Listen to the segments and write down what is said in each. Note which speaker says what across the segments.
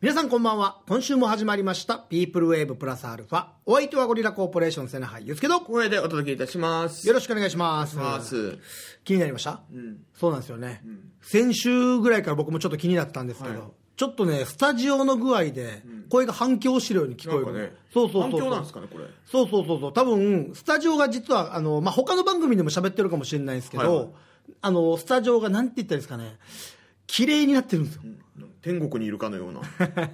Speaker 1: 皆さんこんばんは。今週も始まりました。ピープルウェーブプラスアルファ。お相手はゴリラコーポレーションセナハイユースケと。
Speaker 2: 声でお届けいたします。
Speaker 1: よろしくお願いします。
Speaker 2: ます。
Speaker 1: 気になりました、
Speaker 2: ん
Speaker 1: そうなんですよね、先週ぐらいから僕もちょっと気になったんですけど、
Speaker 2: はい
Speaker 1: ちょっとねスタジオの具合で声が反響してるように聞こえる、
Speaker 2: なんかね
Speaker 1: そうそうそう
Speaker 2: 反響なんですかねこれ
Speaker 1: そうそうそうそう多分スタジオが実はあの、まあ、他の番組でも喋ってるかもしれないんですけど、
Speaker 2: はいはい
Speaker 1: あのスタジオがなんて言ったらいいですかね綺麗になってるんですよ、
Speaker 2: 天国にいるかのような。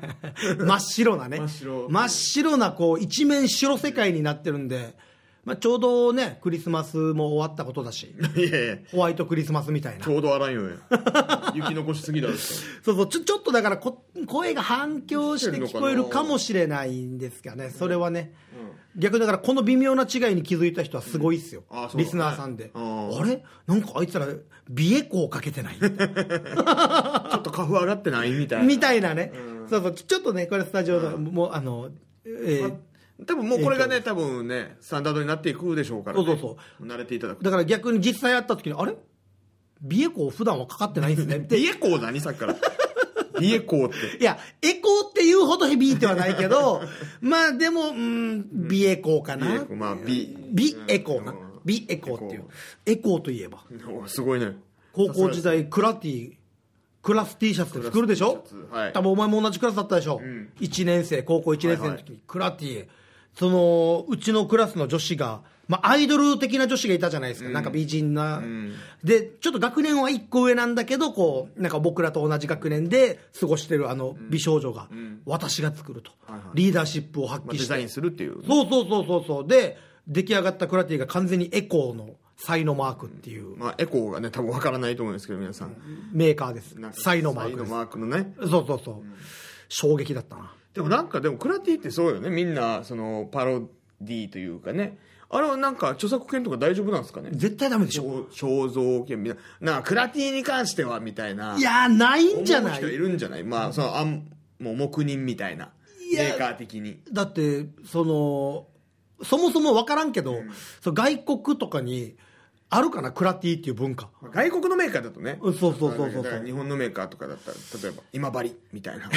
Speaker 1: 真っ白なね
Speaker 2: 真っ白
Speaker 1: 真っ白なこう一面白世界になってるんで、まあ、ちょうどねクリスマスも終わったことだし
Speaker 2: いやいや、
Speaker 1: ホワイトクリスマスみたいな
Speaker 2: ちょうどあらんよね。雪残しすぎだろ。
Speaker 1: そうそうちょちょっとだからこ声が反響して聞こえるかもしれないんですがねそれはね、逆にだからこの微妙な違いに気づいた人はすごいっすよ、
Speaker 2: うんあそうだね
Speaker 1: リスナーさんで、
Speaker 2: うん
Speaker 1: あれなんかあいつら美エコーかけてない
Speaker 2: ちょっと花粉上がってないみたいな。
Speaker 1: みたいなね、そうそうちょちょっとねこれスタジオの、もうあのえー
Speaker 2: 多分もうこれがね、多分ね、スタンダードになっていくでしょうから、ね。
Speaker 1: そうそう
Speaker 2: 慣れていただく。
Speaker 1: だから逆に実際会った時にあれ美エコー普段はかかってないんです ねって
Speaker 2: ビエコー何さっき から。ビエコーって。
Speaker 1: いや、エコーっていうほど響いてはないけ ど、まあでも、うん、美エコーか
Speaker 2: 美エ
Speaker 1: な
Speaker 2: コ。ーまあ美
Speaker 1: 美エコーな
Speaker 2: うん。
Speaker 1: 美エコーっていう。エコーといえば、
Speaker 2: おすごいね。
Speaker 1: 高校時代、クラティ、クラス T シャツ作るでしょ
Speaker 2: クラス T シャツはい
Speaker 1: 多分お前も同じクラスだったでしょ、一 ?1 年生、高校1年生の時に、クラティ、その、うちのクラスの女子が、まあ、アイドル的な女子がいたじゃないですか。なんか美人な、で、ちょっと学年は1個上なんだけど、こう、なんか僕らと同じ学年で過ごしてるあの美少女が、私が作ると、
Speaker 2: はいはい
Speaker 1: リーダーシップを発
Speaker 2: まあ
Speaker 1: 揮
Speaker 2: デ
Speaker 1: して
Speaker 2: ザイ、ンするっていう。
Speaker 1: そうそうそうそうそう。で、出来上がったクラティが完全にエコーの才能マークっていう
Speaker 2: まあエコーがね、多分わからないと思うんですけど、皆さん。
Speaker 1: メーカーです
Speaker 2: なん。か
Speaker 1: サイのマーク
Speaker 2: 才
Speaker 1: で
Speaker 2: 能
Speaker 1: す。
Speaker 2: マークのね。
Speaker 1: そうそうそう。衝撃だったな。
Speaker 2: でもなんかでもクラティってそうよねみんなそのパロディというかねあれはなんか著作権とか大丈夫なんですかね
Speaker 1: 絶対ダメでしょ。
Speaker 2: 肖肖像権みたいななんかクラティに関してはみたいない
Speaker 1: いやー、ないんじゃな
Speaker 2: 人い
Speaker 1: い
Speaker 2: るんじゃないまあそのあんもう黙認みたいない
Speaker 1: や
Speaker 2: メーカー的に
Speaker 1: だって、その、そもそも分からんけど、そう外国とかにあるかな、クラティっていう文化。
Speaker 2: まあ外国のメーカーだとね
Speaker 1: うんそうそうそうそうそう
Speaker 2: だから日本のメーカーとかだったら例えば今治みたい な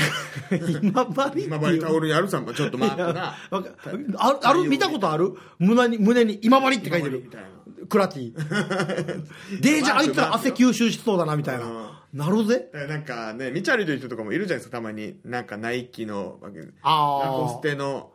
Speaker 1: 今治って
Speaker 2: 今治
Speaker 1: いう
Speaker 2: タオルにあるさんちょっとマークな
Speaker 1: わかあるある見たことある胸に胸に「今治」って書いて
Speaker 2: 今治み
Speaker 1: る
Speaker 2: たい
Speaker 1: クラテ ィデージャあいつら汗吸収しそうだなみたいななるぜ
Speaker 2: だからなんかね、見ちゃ歩いてる人とかもいるじゃないですか、たまに。なんかナイキの、
Speaker 1: あー
Speaker 2: ラコステの、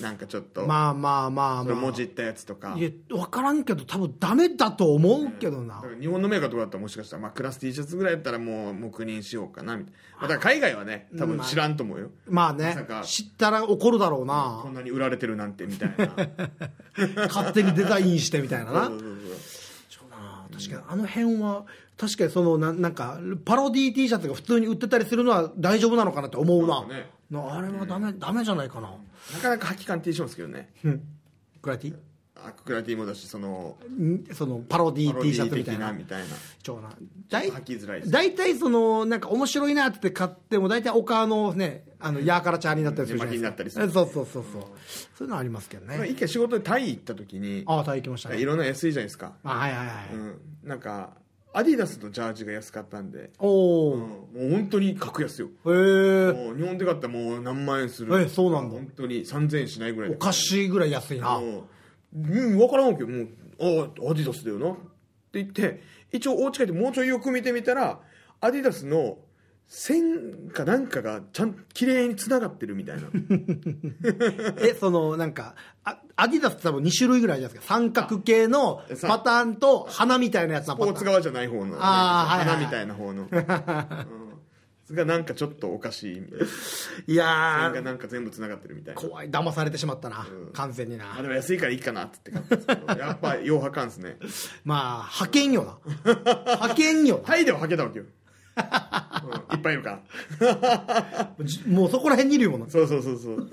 Speaker 2: なんかちょっと、
Speaker 1: まあまあまあ
Speaker 2: その
Speaker 1: ま
Speaker 2: 文
Speaker 1: あ
Speaker 2: 字ったやつとか。
Speaker 1: いや分からんけど多分ダメだと思うけど
Speaker 2: だ
Speaker 1: な
Speaker 2: から日本のメーカーとかだったらもしかしたら、まあ、クラス T シャツぐらいだったらもう黙認しようかな、みたいな。まあだから海外はね、多分知らんと思うよ。
Speaker 1: まあ
Speaker 2: ま
Speaker 1: ね
Speaker 2: さか
Speaker 1: 知ったら怒るだろう
Speaker 2: こ
Speaker 1: なん
Speaker 2: なに売られてるなんて、み たいな。そう
Speaker 1: 勝手にデザインしてみたいなな
Speaker 2: そうそう
Speaker 1: あー確かにあの辺は確かにそのななんかパロディ T シャツが普通に売ってたりするのは大丈夫なのかなって思うな
Speaker 2: なんかね
Speaker 1: なあれはダメ,、ダメじゃないかな
Speaker 2: なかなか破棄感 T シャツですけどね。
Speaker 1: クラティ
Speaker 2: あクラ T もだし、その、
Speaker 1: んそのパロデ
Speaker 2: パ
Speaker 1: ィ
Speaker 2: ロ
Speaker 1: T シ
Speaker 2: デ
Speaker 1: ャ
Speaker 2: ィ
Speaker 1: ツみ
Speaker 2: 的
Speaker 1: たい
Speaker 2: な、
Speaker 1: な
Speaker 2: みたいな。
Speaker 1: 貴重な大
Speaker 2: 履きづらいです
Speaker 1: 大体そのなんか面白いなって買っても大体おかのねあのやーからちゃーになったりするじゃないですか
Speaker 2: 寝巻きになったりする
Speaker 1: そうそうそうそうそういうのありますけど
Speaker 2: まあ
Speaker 1: ね
Speaker 2: 一回仕事でタイ行った時に、
Speaker 1: ああ大行きました
Speaker 2: い
Speaker 1: ね
Speaker 2: ろんな安いじゃないですか。
Speaker 1: あはいはいはい、
Speaker 2: うん、なんかアディダスのジャージが安かったんで、
Speaker 1: おお、
Speaker 2: もう本当に格安よ
Speaker 1: へえ
Speaker 2: もう日本で買ったらもう何万円する
Speaker 1: えそうなんだ
Speaker 2: 本当に3000円しないぐらい
Speaker 1: おかしいぐらい安いな、
Speaker 2: うん、うん、分からんわけよもうあアディダスだよなって言って一応お家帰ってもうちょいよく見てみたらアディダスの線かなんかがちゃん綺麗につながってる みたいな
Speaker 1: えそのなんかあアディダスって多分2種類ぐらいじゃないですか三角形の
Speaker 2: さ
Speaker 1: パターンと花みたいなやつのパ
Speaker 2: ス
Speaker 1: タ
Speaker 2: ポーツ
Speaker 1: ーン
Speaker 2: 側じゃない方の
Speaker 1: あーはいはい
Speaker 2: 花みたいな 方の、うん、がなんかちょっとおかしいみたいない
Speaker 1: や
Speaker 2: 線が
Speaker 1: ー
Speaker 2: なんか全部つながってるみたいな
Speaker 1: 怖い騙されてしまったな、完全にな
Speaker 2: あでも安いからいいかなって言って買ったんですけどやっぱよう履かんすね
Speaker 1: まあ派遣よな 派遣よな
Speaker 2: タイでは履けたわけよ、うんいっぱいいるから
Speaker 1: じもうそこら辺にいるよな
Speaker 2: そうそうそうそう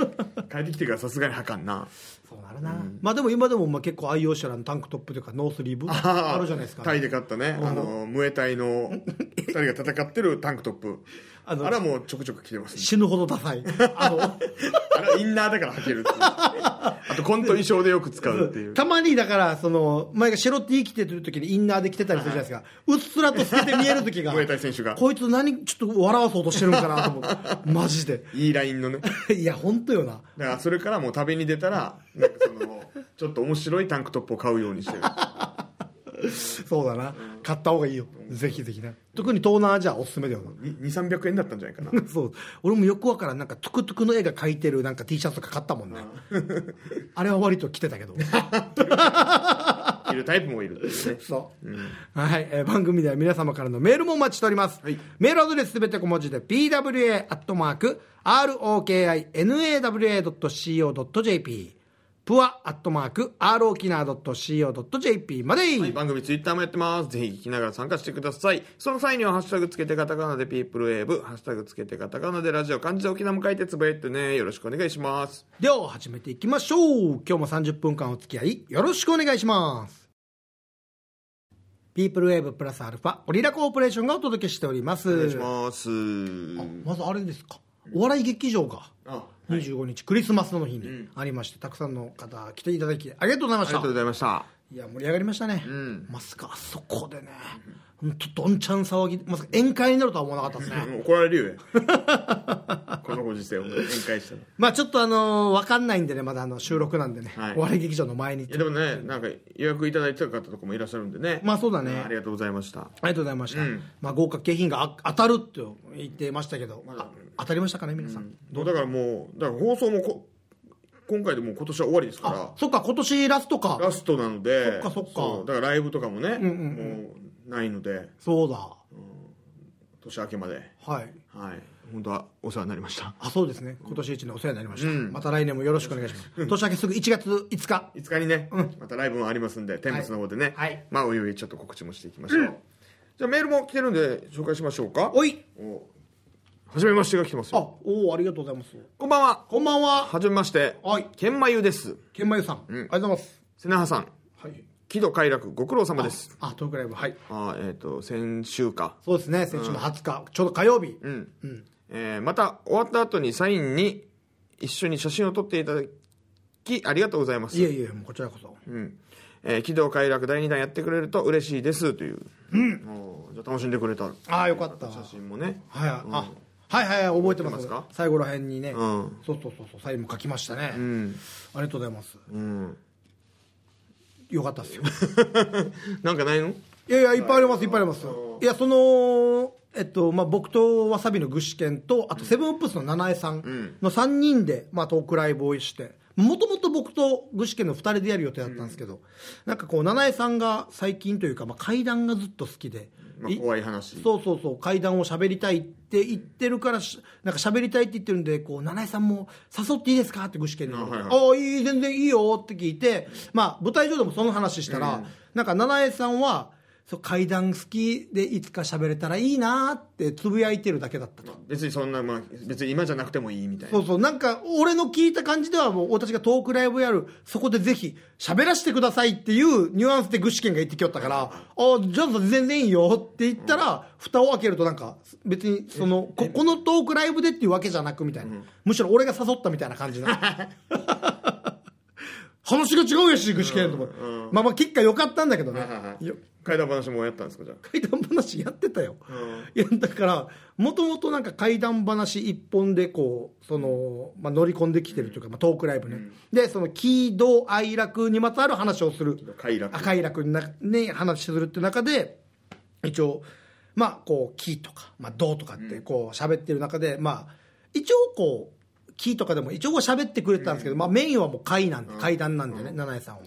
Speaker 2: 帰ってきてからさすがに履かんな
Speaker 1: そうなるな、まあでも今でもまあ結構愛用者らのタンクトップというかノースリーブ あるじゃないですか、
Speaker 2: タイで買ったねあのムエタイの2人が戦ってるタンクトップ
Speaker 1: あの
Speaker 2: あらもうちょくちょく着てます、ね、
Speaker 1: 死ぬほどダサいあの
Speaker 2: あらインナーだから履けるっていうあとコント衣装でよく使うっていう
Speaker 1: たまにだからその前が白 T 着てる時にインナーで着てたりするじゃないですか、うっすらと透けて見える時 が
Speaker 2: ムエタイ選手が
Speaker 1: こいつ何ちょっと笑わそうとしてるんかなと思って マジで
Speaker 2: いいラインのねだか
Speaker 1: いや本当よな
Speaker 2: らそれからもう食べに出たらなんかそのちょっと面白いタンクトップを買うようにしてる
Speaker 1: そうだな買った方がいいよぜひぜひな特に東南アジアおすすめだよな
Speaker 2: 2300円だったんじゃないかな
Speaker 1: そう俺もよくわからんなんかトゥクトゥクの絵が描いてるなんか T シャツとか買ったもんねあれは割と着てたけど
Speaker 2: いるタイプもいるっていうね
Speaker 1: そう、はい、えー番組では皆様からのメールもお待ちしております、
Speaker 2: はい
Speaker 1: メールアドレスすべて小文字で pwa.rokinawa.co.jp プアアットマーク r o k i n a c o j p まで、
Speaker 2: はい、番組ツイッターもやってます。ぜひ聞きながら参加してください。その際には、ハッシュタグつけてカタカナでピープルウェーブ、ハッシュタグつけてカタカナでラジオ、漢字で沖縄も書いてつぶやいてね。よろしくお願いします。
Speaker 1: では始めていきましょう今日も30分間お付き合いよろしくお願いしますピープルウェーブプラスアルファオリラコーポレーションがお届けしております
Speaker 2: お願いします。
Speaker 1: まずあれですかお笑い劇場が
Speaker 2: あ
Speaker 1: 25日、クリスマスの日にありまして、たくさんの方来ていただきありがとうございま
Speaker 2: あ
Speaker 1: し
Speaker 2: りがとうご
Speaker 1: た
Speaker 2: ざいました。
Speaker 1: いや盛り上がりましたね、
Speaker 2: ん
Speaker 1: まさかあそこでね、ほんとどんちゃん騒ぎまさか宴会になるとは思わなかったです ね、
Speaker 2: 怒られるよ。このご時世を宴会したの。い
Speaker 1: まあちょっとあの分かんないんでねまだあの収録なんでね、
Speaker 2: はい
Speaker 1: お笑い劇場の前に
Speaker 2: やでもね、なんか予約いただいてた方とかもいらっしゃるんでね。
Speaker 1: まあそうだね
Speaker 2: ありがとうございました。
Speaker 1: ありがとうございました、
Speaker 2: うん
Speaker 1: まあ、豪華景品があ当たると言ってましたけど、あ当たりましたかね皆さん、
Speaker 2: だからもう、だから放送もこ今回でもう今年は終わりですから。
Speaker 1: あそっか今年ラストか
Speaker 2: ラストなの
Speaker 1: そ
Speaker 2: で
Speaker 1: っかそっか
Speaker 2: うだからライブとかもね、
Speaker 1: んうん
Speaker 2: もうないので
Speaker 1: そうだ
Speaker 2: 年明けまで
Speaker 1: はい
Speaker 2: はい本当はお世話になりました
Speaker 1: あそうですね今年一年お世話になりました、
Speaker 2: うん
Speaker 1: また来年もよろしくお願いします年明けすぐ1月5日
Speaker 2: 5日にね、またライブもありますんで天物の方でね、
Speaker 1: はい
Speaker 2: まあおいおいちょっと告知もしていきましょう、じゃあメールも来てるんで紹介しましょうか
Speaker 1: おい
Speaker 2: おはじめましてが来てます
Speaker 1: あ
Speaker 2: よ
Speaker 1: おおありがとうございます
Speaker 2: こんばんは
Speaker 1: こんばんは
Speaker 2: はじめまして
Speaker 1: はい
Speaker 2: 研磨湯です
Speaker 1: 研磨湯さん、ありがとうございます
Speaker 2: 瀬那覇さん
Speaker 1: はい
Speaker 2: 喜怒快楽ご苦労様です
Speaker 1: あトークライブはい
Speaker 2: あえっ、と先週か
Speaker 1: そうですね先週の20日、ちょうど火曜日、
Speaker 2: うんえーまた終わった後にサインに一緒に写真を撮っていただきありがとうございます
Speaker 1: いえいえもうこちらこそ、
Speaker 2: うんえー喜怒快楽第2弾やってくれると嬉しいですという、おーじゃあ楽しんでくれた
Speaker 1: ああよかった
Speaker 2: 写真もね
Speaker 1: はい、あはいはい覚えてます
Speaker 2: 覚えてますか
Speaker 1: 最後らへんにね、
Speaker 2: ん
Speaker 1: そうそうそうそうサインも書きましたね、
Speaker 2: うん、
Speaker 1: ありがとうございます
Speaker 2: うん、
Speaker 1: よかったですよ
Speaker 2: なんかないの
Speaker 1: いやいやいっぱいありますいっぱいありますいやそのえっとまあ、僕とわさびの具志堅とあとセブンアップスの七重さんの3人で、まあ、トークライブをしてもともと僕と具志堅の2人でやる予定だったんですけど、なんかこう七重さんが最近というか、まあ、怪談がずっと好きで、
Speaker 2: まあ、怖い話
Speaker 1: そうそうそう階段を喋りたいって言ってるからしなんか喋りたいって言ってるんでこう七重さんも誘っていいですかって具志堅に
Speaker 2: あ
Speaker 1: 「
Speaker 2: はいはい
Speaker 1: ああいい全然いいよ」って聞いて、まあ、舞台上でもその話したら、なんか七重さんはそう階段好きでいつか喋れたらいいなってつぶやいてるだけだったと。
Speaker 2: 別にそんな、まあ、別に今じゃなくてもいいみたい
Speaker 1: そ
Speaker 2: な
Speaker 1: うそうなんか俺の聞いた感じではもう私がトークライブやるそこでぜひ喋らせてくださいっていうニュアンスで具志堅が言ってきよったから「あじゃあ全然いいよ」って言ったら蓋を開けるとなんか別にそのここのトークライブでっていうわけじゃなくみたいなむしろ俺が誘ったみたいな感じ な話が違うやし具志堅と思ってまあまあ結果良かったんだけどね
Speaker 2: はいはいはい
Speaker 1: よ
Speaker 2: 怪談話もやったんですかじゃあ
Speaker 1: 怪談話やってたよ、いやだからもともとなんか怪談話一本でこうその、まあ、乗り込んできてるというか、まあ、トークライブね、でその喜怒哀楽にまつわる話をする
Speaker 2: 快楽
Speaker 1: あ快楽にな、ね、話するって中で一応まあこう喜とか、まあ、どうとかってこう喋ってる中で、まあ一応こう喜とかでも一応喋ってくれてたんですけど、まあ、メインはもう怪なんで怪談なんでね、七重さんは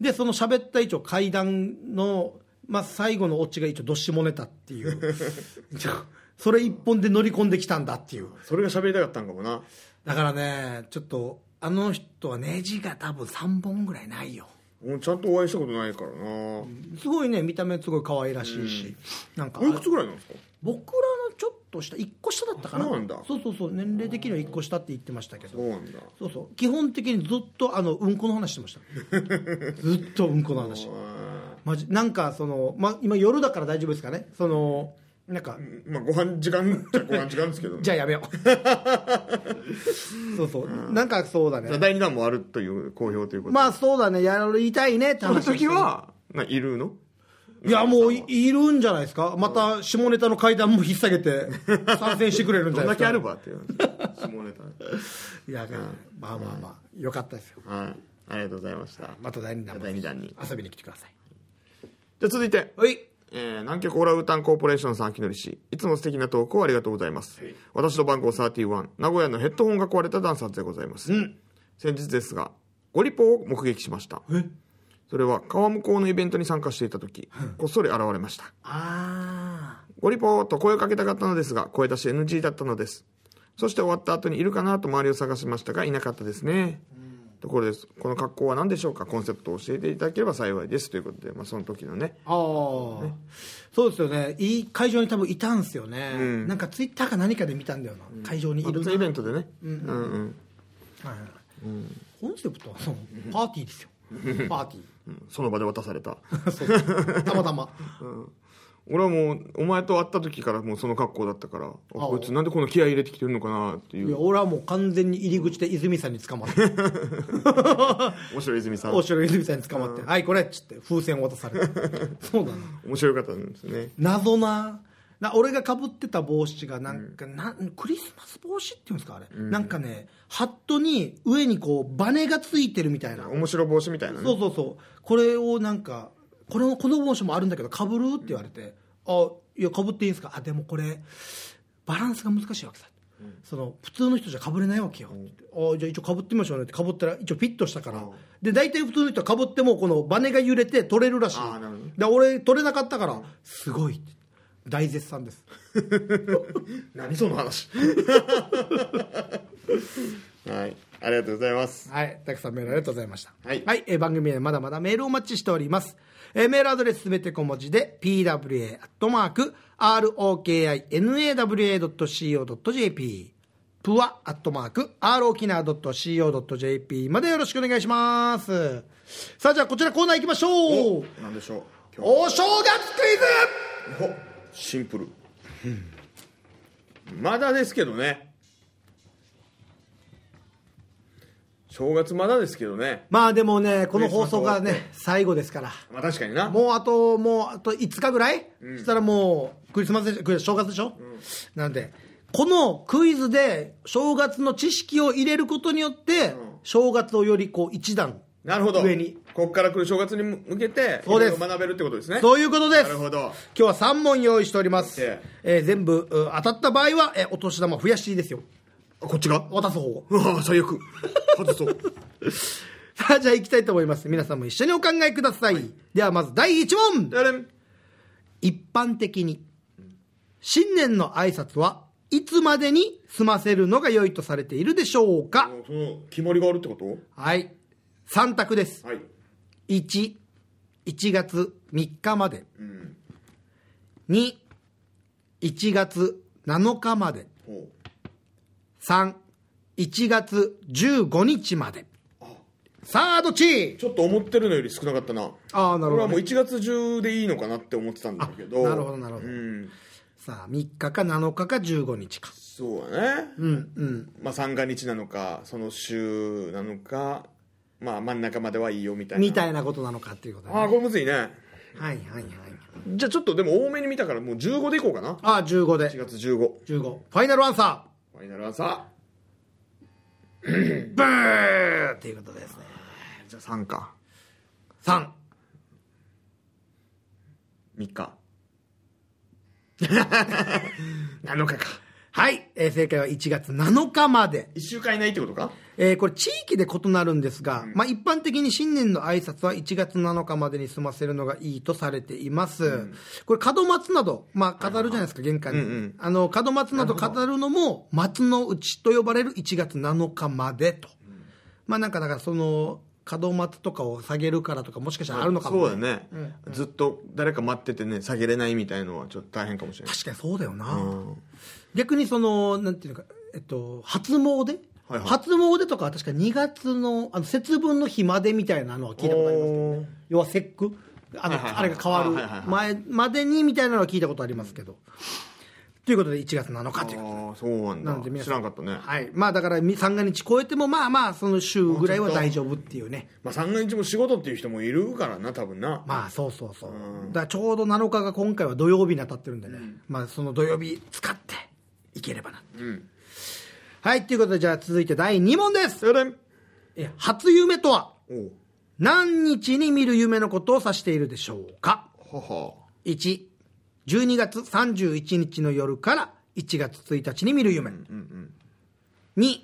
Speaker 1: でその喋った一応怪談の、まあ、最後のオチが一応どしもネタっていう 一応それ一本で乗り込んできたんだっていう
Speaker 2: それが喋りたかったんかもな
Speaker 1: だからねちょっとあの人はネジが多分3本ぐらいないよ
Speaker 2: もうちゃんとお会いしたことないからな、
Speaker 1: すごいね見た目すごい可愛らしいし、なんか
Speaker 2: おいくつぐらいなんですか
Speaker 1: 僕らのちょっと下1個下だったかな
Speaker 2: そうなんだ
Speaker 1: そうそうそう年齢的には1個下って言ってましたけ
Speaker 2: そ
Speaker 1: ど
Speaker 2: うなんだ
Speaker 1: そうそう基本的にずっとあのうんこの話してました ずっとうんこの話
Speaker 2: あ
Speaker 1: マジなんかその、ま、今夜だから大丈夫ですかねそのなんか、
Speaker 2: まあご飯時間っちゃご飯時間ですけど、ね、
Speaker 1: じゃあや めようそうそうなんかそうだ
Speaker 2: じゃあ
Speaker 1: ね
Speaker 2: 第2弾もあるという好評ということ
Speaker 1: まあそうだねやりたいねって
Speaker 2: その
Speaker 1: 話
Speaker 2: 時はないるの
Speaker 1: いやもういいるんじゃないですかまた下ネタの階段も引っ提げ て参戦してくれるんじ
Speaker 2: ど
Speaker 1: ゃ
Speaker 2: ん
Speaker 1: な
Speaker 2: だ
Speaker 1: いで
Speaker 2: けあ
Speaker 1: す
Speaker 2: れ
Speaker 1: か
Speaker 2: ばっていう下ネタ
Speaker 1: いやまあまあまあよかったですよ
Speaker 2: はいありがとうございました
Speaker 1: また第2弾も
Speaker 2: 第2弾にじ
Speaker 1: 遊びに来てください
Speaker 2: ゃあ続いて
Speaker 1: はい
Speaker 2: えー、南極オラウータンコーポレーションさん秋のり氏いつも素敵な投稿ありがとうございます、私の番号31名古屋のヘッドホンが壊れたダンサーでございます、先日ですがゴリポを目撃しましたそれは川向こうのイベントに参加していた時こっそり現れました
Speaker 1: あ
Speaker 2: ゴリポーと声をかけたかったのですが、声出し NG だったのです。そして終わった後にいるかなと周りを探しましたが、いなかったですね。ところです。この格好は何でしょうかコンセプトを教えていただければ幸いです。ということで、まあ、その時のね。
Speaker 1: あああ、そうですよねいい会場に多分いたんですよね、なんかツイッターか何かで見たんだよな、会場にい
Speaker 2: まあ
Speaker 1: る
Speaker 2: 別
Speaker 1: な
Speaker 2: のイベントでね。うんうん。
Speaker 1: はいはいコンセプトはそうパーティーですよパー ティ
Speaker 2: うんその場で渡された。
Speaker 1: ーそうですたまたま
Speaker 2: 俺はもう、お前と会った時からもうその格好だったから、あこいつなんでこの気合い入れてきてるのかなってい
Speaker 1: いうや。俺はもう完全に入り口で泉さんに捕まって
Speaker 2: 面白い泉さん。
Speaker 1: 大
Speaker 2: 面
Speaker 1: 城泉さんに捕まって「はいこれ」っつって風船渡されて そうだな
Speaker 2: 白かったんですね。
Speaker 1: 謎なな俺がかぶってた帽子がなんか、なんクリスマス帽子っていうんですかあれ、なんかねハットに上にこうバネがついてるみたいな
Speaker 2: 面白帽子みたいな
Speaker 1: そ
Speaker 2: ね。
Speaker 1: うそうそうこれをなんかこのこの帽子もあるんだけどかぶるって言われて「あいやかぶっていいんですかあ」でもこれバランスが難しいわけさ、その普通の人じゃかぶれないわけよ、あじゃあ一応かぶってみましょうねってかぶったら一応フィットしたから、で大体普通の人はかぶってもこのバネが揺れて取れるらしい
Speaker 2: あーなるほど
Speaker 1: で俺取れなかったからすごいって大絶賛です
Speaker 2: 何その話はいありがとうございます
Speaker 1: はい、たくさんメールありがとうございました。
Speaker 2: はい
Speaker 1: えー番組でまだまだメールをお待ちしております。えーメールアドレスすべて小文字で、pwa.rokinawa.co.jp、pua.rokina.co.jp までよろしくお願いします。さあ、じゃあこちらコーナー行きましょう。
Speaker 2: 何でしょう今日
Speaker 1: お正月クイズ
Speaker 2: おシンプル、 まだですけどね正月まだですけどね
Speaker 1: まあでもね、この放送がね、最後ですから。
Speaker 2: まあ確かにな
Speaker 1: もうあと、もうあと5日ぐらい、そしたらもう、クリスマスでしょクリス正月でしょ、なんで、このクイズで正月の知識を入れることによって、正月をよりこう一段、
Speaker 2: なるほど
Speaker 1: 上に
Speaker 2: ここから来る正月に向けて
Speaker 1: そうです
Speaker 2: いろいろ学べるってことですね
Speaker 1: そういうことです。
Speaker 2: なるほど
Speaker 1: 今日は3問用意しております。
Speaker 2: OK
Speaker 1: えー全部う当たった場合は、えーお年玉増やしていいですよ。
Speaker 2: あこっちが
Speaker 1: 渡す方を。
Speaker 2: うわ最悪外 そう
Speaker 1: さあ、じゃあ行きたいと思います。皆さんも一緒にお考えください。ではまず第1問。
Speaker 2: だれん
Speaker 1: 一般的に新年の挨拶はいつまでに済ませるのが良いとされているでしょうか
Speaker 2: もうその決まりがあるってこと
Speaker 1: はい3択です
Speaker 2: はい
Speaker 1: 11月3日まで
Speaker 2: うん
Speaker 1: 21月7日まで
Speaker 2: ほう
Speaker 1: 31月15日までさあどっち
Speaker 2: ちょっと思ってるのより少なかったな
Speaker 1: ああな
Speaker 2: こ
Speaker 1: る
Speaker 2: れ
Speaker 1: ほど、
Speaker 2: はもう
Speaker 1: ね、
Speaker 2: 1月中でいいのかなって思ってたんだけど
Speaker 1: あなるほどなるほど
Speaker 2: うん
Speaker 1: さあ3日か7日か15日か
Speaker 2: そうだね、
Speaker 1: うんうん
Speaker 2: まあ三が日なのかその週なのかまあ真ん中まではいいよみたいな
Speaker 1: みたいなことなのかっていうことだね
Speaker 2: ああこれむずいね
Speaker 1: はいはいはい
Speaker 2: じゃあちょっとでも多めに見たからもう15でいこうかな
Speaker 1: ああ15で
Speaker 2: 1月15フ
Speaker 1: 15ファイナルアンサ
Speaker 2: ァイナルアンサ
Speaker 1: ーブーっていうことですね
Speaker 2: ーじゃあ3か
Speaker 1: 3
Speaker 2: 3日 7日か
Speaker 1: はい、えー正解は1月7日まで、
Speaker 2: 1週間いないってことか
Speaker 1: えーこれ地域で異なるんですが、まあ、一般的に新年の挨拶は1月7日までに済ませるのがいいとされています、これ門松など、まあ、飾るじゃないですか玄関に、あの門松など飾るのも松の内と呼ばれる1月7日までと、まあなんかだからその門松とかを下げるからとかもしかしたらあるのかも、
Speaker 2: そうだね、ずっと誰か待っててね下げれないみたいのはちょっと大変かもしれない
Speaker 1: 確かにそうだよな、
Speaker 2: うん
Speaker 1: 逆にそのなんていうのか、えっと、初詣、
Speaker 2: はいはい
Speaker 1: 初詣とかは確か2月のあの節分の日までみたいなのは聞いたことありますけど、
Speaker 2: おー
Speaker 1: 要は節句あの、
Speaker 2: はいはいはい
Speaker 1: あれが変わる
Speaker 2: あはいはいはい
Speaker 1: 前までにみたいなのは聞いたことありますけど。ということで1月7日ということで
Speaker 2: ああそうなんだ
Speaker 1: なので皆
Speaker 2: 知
Speaker 1: さん
Speaker 2: らんかったね、
Speaker 1: はい、まあだからみ三が日超えてもまあまあその週ぐらいは大丈夫っていうね
Speaker 2: まあ、三が日も仕事っていう人もいるからな多分な、
Speaker 1: まあそうそうそう、だからちょうど7日が今回は土曜日に当たってるんでね、まあその土曜日使っていければな
Speaker 2: うん
Speaker 1: はいということでじゃあ続いて第2問です
Speaker 2: それで
Speaker 1: え初夢とは
Speaker 2: おう
Speaker 1: 何日に見る夢のことを指しているでしょうか
Speaker 2: はは
Speaker 1: 112月31日の夜から1月1日に見る夢、21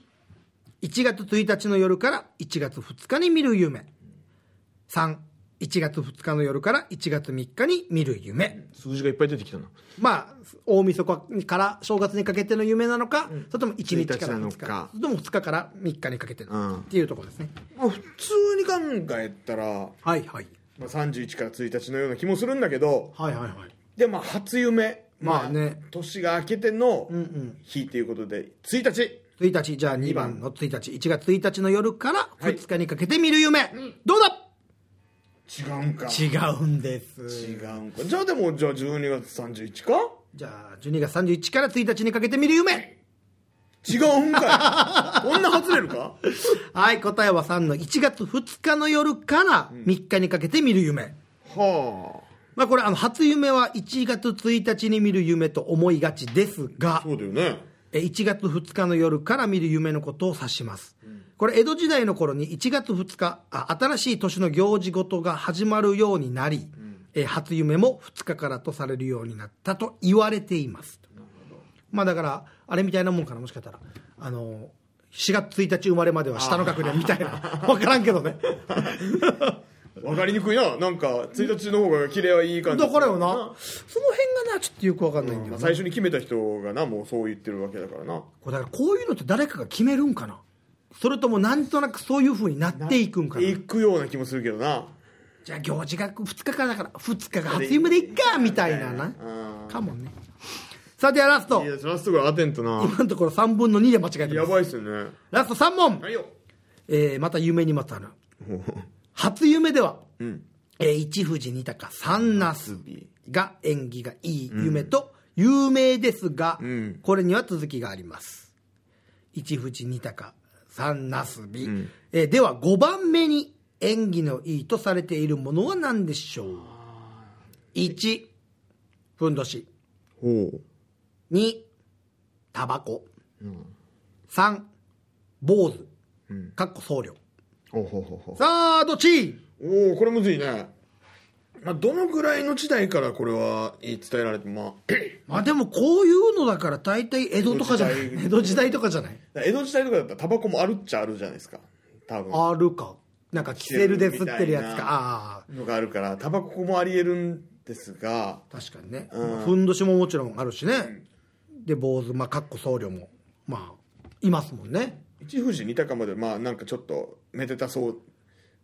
Speaker 1: 月1日の夜から1月2日に見る夢31月2日の夜から1月3日に見る夢、
Speaker 2: 数字がいっぱい出てきたな
Speaker 1: まあ大晦日から正月にかけての夢なのか、それとも1日から
Speaker 2: 1日な
Speaker 1: 2
Speaker 2: の
Speaker 1: 日
Speaker 2: か
Speaker 1: それとも2日から3日にかけての、
Speaker 2: うん
Speaker 1: っていうところですね
Speaker 2: まあ、普通に考えたら、ま
Speaker 1: はいはい
Speaker 2: あ、31から1日のような気もするんだけど
Speaker 1: はいはいはい
Speaker 2: でまあ初夢まあ、
Speaker 1: まあね
Speaker 2: 年が明けての
Speaker 1: ん
Speaker 2: 日ということで1日
Speaker 1: 1日じゃあ2番の1日1月1日の夜から
Speaker 2: はい
Speaker 1: 2日にかけて見る夢、どうだ
Speaker 2: 違うんか
Speaker 1: 違うんです
Speaker 2: 違うんかじゃあでもじゃあ12月31か
Speaker 1: じゃあ12月31日から1日にかけて見る夢
Speaker 2: 違うんかいこんな外れるか
Speaker 1: はい答えは3の1月2日の夜から3日にかけて見る夢、
Speaker 2: は
Speaker 1: まあこれあの初夢は1月1日に見る夢と思いがちですが
Speaker 2: あそうだよね
Speaker 1: えー1月2日の夜から見る夢のことを指します、これ江戸時代の頃に1月2日あ新しい年の行事事が始まるようになり、えー初夢も2日からとされるようになったと言われていますまあだからあれみたいなもんかなもしかしたらあのー4月1日生まれまでは下の学年みたいな 分からんけど ね
Speaker 2: 分かりにくいななんか1日の方が綺麗はいい感じ
Speaker 1: だからよなその辺がなちょっとよく分かんないんだよ
Speaker 2: ま
Speaker 1: な
Speaker 2: あ、最初に決めた人がなもうそう言ってるわけだからな
Speaker 1: これだからこういうのって誰かが決めるんかなそれともなんとなくそういうふうになっていくんかな
Speaker 2: 行くような気もするけどな
Speaker 1: じゃあ行事が2日からだから2日が初夢でいっかみたいなな
Speaker 2: うん
Speaker 1: かもねさてラスト
Speaker 2: いやそれはすごいアテントな
Speaker 1: 今のところ3分の2で間違えて
Speaker 2: や
Speaker 1: ます
Speaker 2: ばいっすよね
Speaker 1: ラスト3問、
Speaker 2: はいよ
Speaker 1: えーまた夢にまつわる初夢では、
Speaker 2: ん
Speaker 1: えー一富士二鷹三那須が縁起がいい夢と有名ですが、
Speaker 2: ん
Speaker 1: これには続きがあります一富士二鷹三那須美、えーでは5番目に縁起のいいとされているものは何でしょう1ふんどし
Speaker 2: ほう
Speaker 1: 2タバコ、3坊主、かっこ僧侶
Speaker 2: ほうほうほうほう
Speaker 1: さあどっち
Speaker 2: おおこれむずいねまあどのぐらいの時代からこれは言い伝えられてまあ
Speaker 1: まあでもこういうのだから大体江戸とかじゃない
Speaker 2: 江戸時代
Speaker 1: 江戸時代とかじゃない
Speaker 2: 江戸時代とかだったらタバコもあるっちゃあるじゃないですか多分
Speaker 1: あるかなんかキセルで吸ってるやつ
Speaker 2: みたい
Speaker 1: か
Speaker 2: な
Speaker 1: ああ
Speaker 2: のがあるからタバコもありえるんですが
Speaker 1: 確かにね、
Speaker 2: うん
Speaker 1: ふんどしももちろんあるしね、で坊主まあかっこ僧侶もまあいますもんね
Speaker 2: 一富士二鷹までまあなんかちょっとめでたそう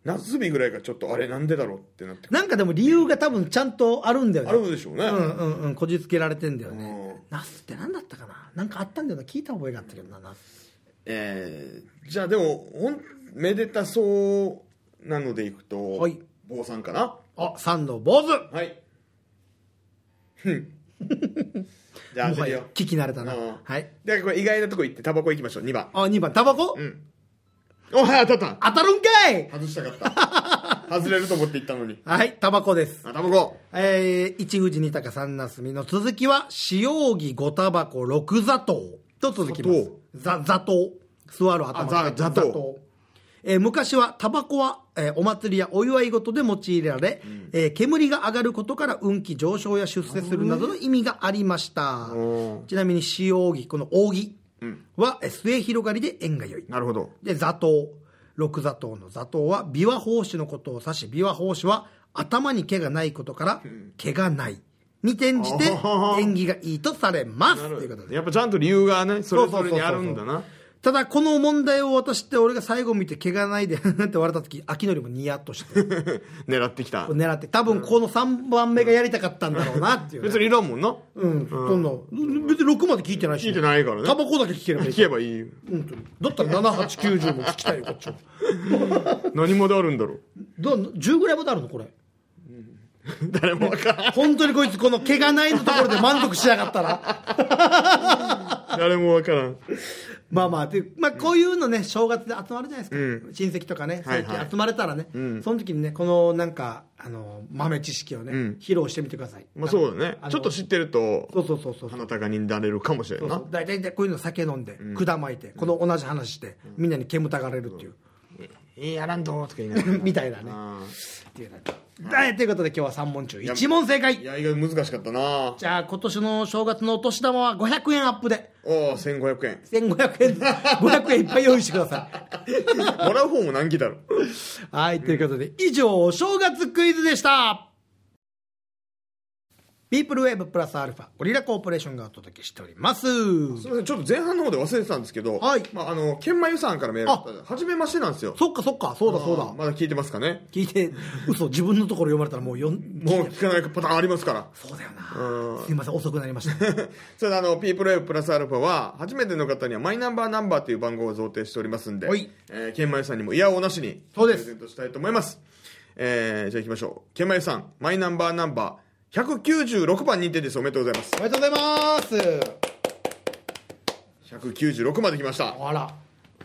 Speaker 2: 夏日ぐらいがちょっとあれなんでだろうってなってくる
Speaker 1: なんかでも理由が多分ちゃんとあるんだよね
Speaker 2: あるでしょうね、
Speaker 1: うんうんうんこじつけられてんだよね
Speaker 2: う
Speaker 1: ナスって何だったかななんかあったんだよな聞いた覚えがあったけどなナス
Speaker 2: えーじゃあでもほんめでたそうなのでいくと、
Speaker 1: はい
Speaker 2: 坊さんかな
Speaker 1: あ三の坊主
Speaker 2: はい ふんじゃあ
Speaker 1: も
Speaker 2: 当
Speaker 1: は
Speaker 2: て
Speaker 1: や
Speaker 2: よ
Speaker 1: 聞き慣れたな
Speaker 2: うん
Speaker 1: はい
Speaker 2: でこれ意外なとこ行ってタバコ行きましょう2番
Speaker 1: あ二番タバコ、
Speaker 2: んおはい当たっ
Speaker 1: 当たるんかい
Speaker 2: た外したかった 外れると思って行ったのに
Speaker 1: はいタバコです
Speaker 2: あタバコ
Speaker 1: えー、一富士二鷹三なすみの続きは塩木五タバコ六座頭と続きます座座頭座る頭
Speaker 2: あ座座頭
Speaker 1: えー昔はタバコは、えーお祭りやお祝い事で用いられ、えー煙が上がることから運気上昇や出世するなどの意味がありました
Speaker 2: お
Speaker 1: ちなみに塩木この扇は、えー末広がりで縁が良い
Speaker 2: なるほど
Speaker 1: で座頭六座頭の座頭は琵琶法師のことを指し琵琶法師は頭に毛がないことから毛がないに転じて
Speaker 2: あー
Speaker 1: 縁起がいいとされますということです
Speaker 2: やっぱちゃんと理由がねそれぞれにあるんだな
Speaker 1: ただこの問題を渡して俺が最後見て毛がないで って笑った時秋のりもニヤッとして
Speaker 2: 狙ってきた
Speaker 1: 狙って多分この3番目がやりたかったんだろうなっていうね、
Speaker 2: 別にいらんもんな
Speaker 1: うん、そんな別に6まで聞いてないし、
Speaker 2: 聞いてないからね
Speaker 1: タバコだけ聞ければいい
Speaker 2: 聞けばいい
Speaker 1: 本当にだったら7890も聞きたいよこっちは
Speaker 2: 何まであるんだろう
Speaker 1: どう10ぐらいまであるのこれ
Speaker 2: 誰もわからん
Speaker 1: 本当にこいつこの毛がないのところで満足しやがったら
Speaker 2: 誰もわからん
Speaker 1: まあまあで、まあ、こういうのね正月で集まるじゃないですか、
Speaker 2: うん
Speaker 1: 親戚とかね
Speaker 2: は
Speaker 1: 最
Speaker 2: いはい
Speaker 1: 近集まれたらね、
Speaker 2: ん
Speaker 1: その時にねこのなんかあの豆知識をね、
Speaker 2: うん
Speaker 1: 披露してみてください
Speaker 2: まあそうだね
Speaker 1: あの
Speaker 2: ちょっと知ってると
Speaker 1: そうそうそうそう
Speaker 2: 鼻高になれるかもしれんな
Speaker 1: 大体こういうの酒飲んで、管巻いてこの同じ話して、みんなに煙たがれるっていう、
Speaker 2: えーやらんととか言いながら
Speaker 1: みたいなね
Speaker 2: あー
Speaker 1: っていうねはいということで今日は3問中1問正
Speaker 2: い
Speaker 1: 解
Speaker 2: や意外と難しかったなあ
Speaker 1: じゃあ今年の正月のお年玉は500円アップで
Speaker 2: ー1500円
Speaker 1: 1500円500円いっぱい用意してください
Speaker 2: もらう方も難儀だろ
Speaker 1: はいということで以上お正月クイズでしたピープルウェーブプラスアルファゴリラコーポレーションがお届けしております
Speaker 2: すみませんちょっと前半の方で忘れてたんですけど、
Speaker 1: はい
Speaker 2: まあ、あの研磨予算からメールあった初めましてなんですよ
Speaker 1: そっかそっかそうだそうだ
Speaker 2: あーまだ聞いてますかね
Speaker 1: 聞いて嘘自分のところ読まれたらもうよん
Speaker 2: もう聞かないパターンありますから
Speaker 1: そうだよ
Speaker 2: う
Speaker 1: なすいません遅くなりました
Speaker 2: それであの、ピープルウェブプラスアルファは、初めての方にはマイナンバーナンバーという番号を贈呈しておりますんで、
Speaker 1: おい
Speaker 2: えー、ケンマユさんにもいやおうなしに、
Speaker 1: そうです
Speaker 2: プレゼントしたいと思います。えー、じゃあ行きましょう。ケンマユさん、マイナンバーナンバー196番認定です。おめでとうございます。
Speaker 1: おめでとうございます
Speaker 2: 196まで来ました。
Speaker 1: あら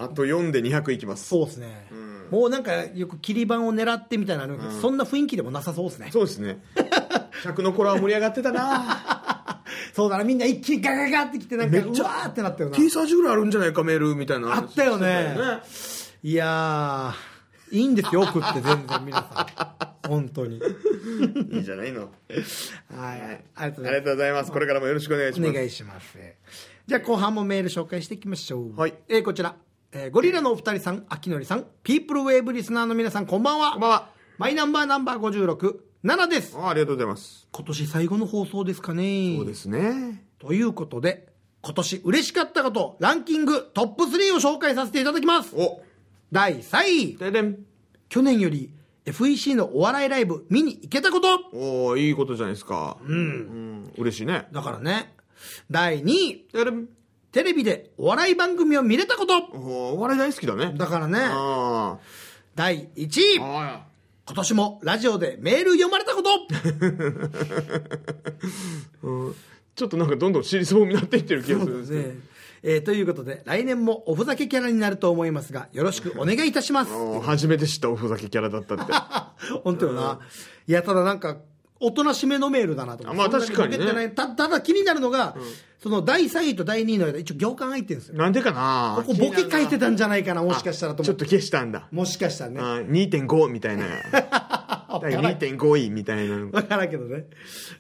Speaker 2: あと4で200いきます。
Speaker 1: そうですね、もうなんかよく切り板を狙ってみたいなのあるんですけど、そんな雰囲気でもなさそうですねそ
Speaker 2: そうです ね。100の頃は盛り上がってた な
Speaker 1: うだなみんな一気にガガガってきてなんか
Speaker 2: めっち
Speaker 1: う
Speaker 2: ゃ
Speaker 1: わーってなったよな
Speaker 2: T サージぐらいあるんじゃないか、メールみたいな話
Speaker 1: あったよね
Speaker 2: してたよ
Speaker 1: いやーいいんですよ送って全然皆さん本当に
Speaker 2: いいじ ゃないの。
Speaker 1: はい、
Speaker 2: はい
Speaker 1: ありがとうござ
Speaker 2: あ
Speaker 1: い
Speaker 2: りがとうございます。これからもよろしくお願いし
Speaker 1: ます
Speaker 2: ま
Speaker 1: お
Speaker 2: す。
Speaker 1: 願いしますじゃあ後半もメール紹介していきましょう
Speaker 2: はい
Speaker 1: えーこちら、えーゴリラのお二人さん秋のりさんピープルウェーブリスナーの皆さんこんばんは
Speaker 2: こんばんは。
Speaker 1: マイナンバーナンバー567です
Speaker 2: あーありがとうございます。
Speaker 1: 今年最後の放送ですかね
Speaker 2: そうですね。
Speaker 1: ということで今年嬉しかったことランキングトップ3を紹介させていただきます
Speaker 2: お
Speaker 1: 第3位
Speaker 2: ででん
Speaker 1: 去年より FEC のお笑いライブ見に行けたこと
Speaker 2: おーいいことじゃないですかうん、嬉しいね
Speaker 1: だからね第2位
Speaker 2: ででん
Speaker 1: テレビでお笑い番組を見れたこと
Speaker 2: おーお笑い大好きだね
Speaker 1: だから
Speaker 2: ら
Speaker 1: ね
Speaker 2: あ
Speaker 1: 第1
Speaker 2: ー
Speaker 1: 位
Speaker 2: あ
Speaker 1: 今年もラジオでメール読まれたこと
Speaker 2: ちょっとなんかどんどん知りそうになっていってる気がするんですけど
Speaker 1: ねえーということで来年もおふざけキャラになると思いますがよろしくお願いいたします
Speaker 2: おー初めて知ったおふざけキャラだった ってあ
Speaker 1: 本当よな、いやただなんかおとなしめのメールだなと思って
Speaker 2: あまあ
Speaker 1: そんな
Speaker 2: 確かにね
Speaker 1: ボケてないたただ気になるのが、その第3位と第2位の間一応行間入ってるんですよ
Speaker 2: なんでかな
Speaker 1: ここボケ書いて
Speaker 2: た
Speaker 1: たんじゃないかなもしかしたらと
Speaker 2: ち
Speaker 1: 思
Speaker 2: ょ
Speaker 1: っ
Speaker 2: ってと消したんだ
Speaker 1: もしかしたらね
Speaker 2: あー2.5みた いな
Speaker 1: あ分からん
Speaker 2: 2.5位みたいなのい
Speaker 1: 分からんけどね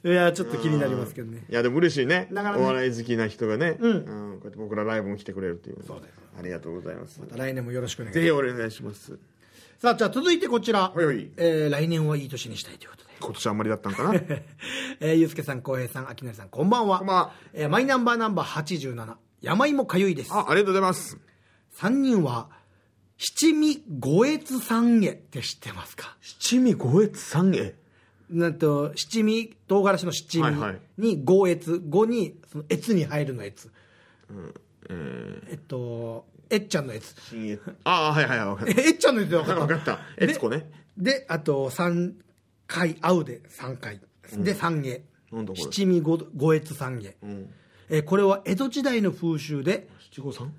Speaker 1: いやちょっと気になりますけどね
Speaker 2: やでも嬉しいね
Speaker 1: だからね
Speaker 2: お笑い好きな人がね、うんこうやって僕らライブも来てくれるっていうそう
Speaker 1: です
Speaker 2: ありがとうございます
Speaker 1: 来年もよろしくお願いし
Speaker 2: ぜ
Speaker 1: ます
Speaker 2: ひお願いします
Speaker 1: さあじゃあ続いてこちら、
Speaker 2: はいはい
Speaker 1: えー来年はいい年にしたいということで
Speaker 2: 今年あんまりだったのかな
Speaker 1: えー、ゆうすけさん、こうへいさん、あきなりさん、こんばんは。
Speaker 2: こんばんは
Speaker 1: えーマイナンバーナンバー87、山芋かゆいです。
Speaker 2: あありがとうございます
Speaker 1: 3人は七味五越三下って知ってますか
Speaker 2: 七味五越三下
Speaker 1: なんと七味唐辛子の七
Speaker 2: はい
Speaker 1: 味
Speaker 2: はい
Speaker 1: に五越五にその越に入るの越、
Speaker 2: え
Speaker 1: えっとえっちゃんの越
Speaker 2: ー、ああはいはいはい分かっ
Speaker 1: えっちゃんの越で分
Speaker 2: た
Speaker 1: か
Speaker 2: 分
Speaker 1: っ
Speaker 2: か
Speaker 1: た
Speaker 2: った悦子ね
Speaker 1: であと三回会うで三回で三下、
Speaker 2: なんだこれ
Speaker 1: 七味五五越三下、
Speaker 2: ん
Speaker 1: えーこれは江戸時代の風習で
Speaker 2: 七五三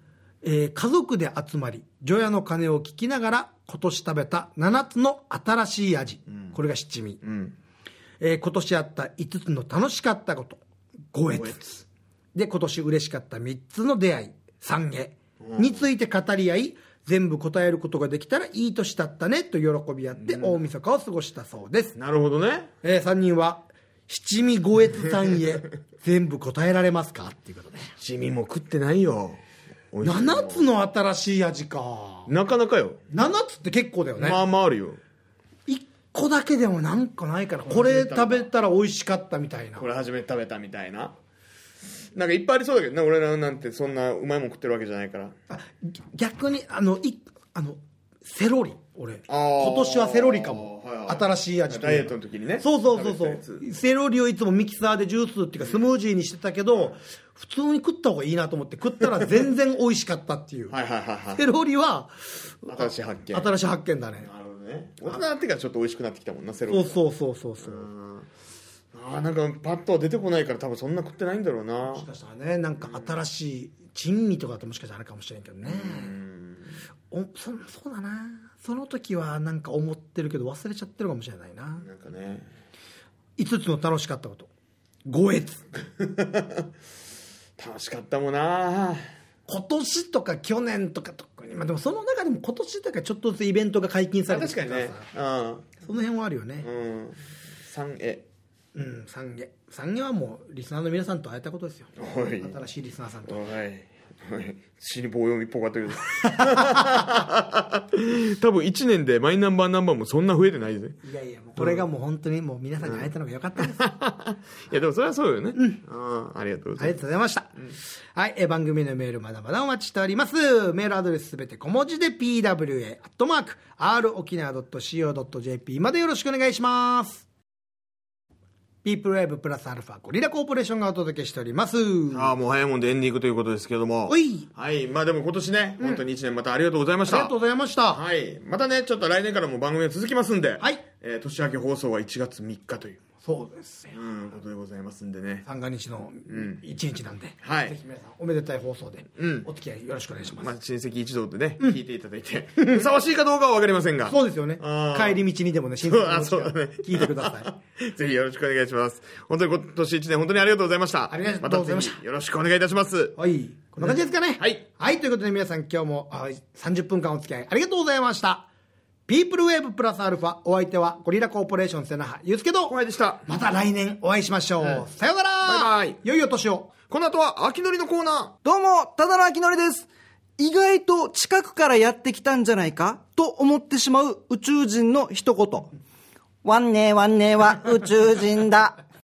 Speaker 1: えー家族で集まり除夜の鐘を聞きながら今年食べた7つの新しい味、これが七味、
Speaker 2: うん
Speaker 1: えー今年あった5つの楽しかったこと5越
Speaker 2: 五
Speaker 1: で今年嬉しかった3つの出会い3下について語り合い全部答えることができたらいい年だったねと喜び合って大晦日を過ごしたそうです、
Speaker 2: なるほどね
Speaker 1: え3人は七味五越さん へ全部答えられますかっていうことで
Speaker 2: 七味も食ってないよ美味しい
Speaker 1: 7つの新しい味か
Speaker 2: なかなかよ
Speaker 1: 7つって結構だよね、
Speaker 2: まあまああるよ
Speaker 1: 一個だけでもなんかないかなこれ食べたら美味しかったみたいな
Speaker 2: これ初めて食べたみたいななんかいっぱいありそうだけどね俺らなんてそんなうまいもん食ってるわけじゃないから
Speaker 1: あぎ逆にあのいあのセロリ俺
Speaker 2: あー
Speaker 1: 今年はセロリかも、
Speaker 2: はいはい
Speaker 1: 新しい味と
Speaker 2: ダイエ
Speaker 1: いう
Speaker 2: ッ
Speaker 1: か
Speaker 2: トの時にね
Speaker 1: そうそうそうそ
Speaker 2: 食べてたや
Speaker 1: うセロリをいつもミキサーでジュースっていうかスムージーにしてたけど、普通に食った方がいいなと思って食ったら全然美味しかったっていう、
Speaker 2: つはいはいはいは
Speaker 1: セロリはい
Speaker 2: 新しい発見
Speaker 1: 新しい発見だね
Speaker 2: なるほどねね大人になってからちょっと美味しくなってきたもんなセロリ
Speaker 1: そうそうそうそうそう、
Speaker 2: うんあーなんかパッとは出てこないから多分そんな食ってないんだろうな
Speaker 1: もしかしたらねなんか新しい珍味とかだともしかしたらあるかもしれんけどね、おそそうだなその時はなんか思ってるけど忘れちゃってるかもしれないな
Speaker 2: なんかね
Speaker 1: 5つの楽しかったこと5越
Speaker 2: 楽しかったもんな
Speaker 1: 今年とか去年とか特にまあでもその中でも今年とかちょっとずつイベントが解禁されて
Speaker 2: 確かにね
Speaker 1: その辺はあるよね
Speaker 2: うんうん3え
Speaker 1: うん三下三下はもうリスナーの皆さんと会えたことですよ
Speaker 2: おい
Speaker 1: 新しいリスナーさんと
Speaker 2: おいおい死に棒読みっぽかったけど 多分1年でマイナンバーナンバーもそんな増えてないでね
Speaker 1: いやいやもうこれがもう本当にもう皆さんに会えたのが良かったです、あ
Speaker 2: いやでもそれはそうよねうんありがとうござい
Speaker 1: りがとう
Speaker 2: ま
Speaker 1: ございました、はいえ番組のメールまだまだお待ちしておりますメールアドレスすべて小文字で pwa.rokinawa.co.jp までよろしくお願いしますピープルライブプラスアルファゴリラコーポレーションがお届けしております
Speaker 2: すああもう早いもんでエンディングということですけども
Speaker 1: おい
Speaker 2: はいまあでも今年ね本当に1年またありがとうございまし
Speaker 1: あ
Speaker 2: た
Speaker 1: りがとうございました、
Speaker 2: はい、またねちょっと来年からも番組が続きますんで、
Speaker 1: はい
Speaker 2: えー年明け放送は1月3日という、
Speaker 1: そうですよ
Speaker 2: うん、ことでございますんでね、
Speaker 1: 三が日の一日なんで、
Speaker 2: はい
Speaker 1: ぜひ皆さんおめでたい放送で
Speaker 2: ん
Speaker 1: お付き合いよろしくお願いします、
Speaker 2: まあ、親戚一同でね、聞いていただいてふさわしいかどうかは分かりませんが
Speaker 1: そうですよね
Speaker 2: あー
Speaker 1: 帰り道にでもね新鮮な
Speaker 2: あそうだね
Speaker 1: 聞いてください
Speaker 2: ぜひよろしくお願いします本当に今年1年本当にありがとうございました
Speaker 1: ありがとうございました
Speaker 2: たぜひよろしくお願いいたします
Speaker 1: はいこんな感じですかね
Speaker 2: はい、
Speaker 1: ということで皆さん今日もあ30分間お付き合いありがとうございましたピープルウェーブプラスアルファお相手はゴリラコーポレーション瀬那覇ゆうすけと
Speaker 2: お会いでした
Speaker 1: また来年お会いしましょう、さようなら
Speaker 2: バイバイ
Speaker 1: 良いお年を
Speaker 2: この後は秋のりのコーナ
Speaker 3: どうも、ただのあきのりです。意外と近くからやってきたんじゃないかと思ってしまう宇宙人の一言。ワンネーワンネーは宇宙人だ。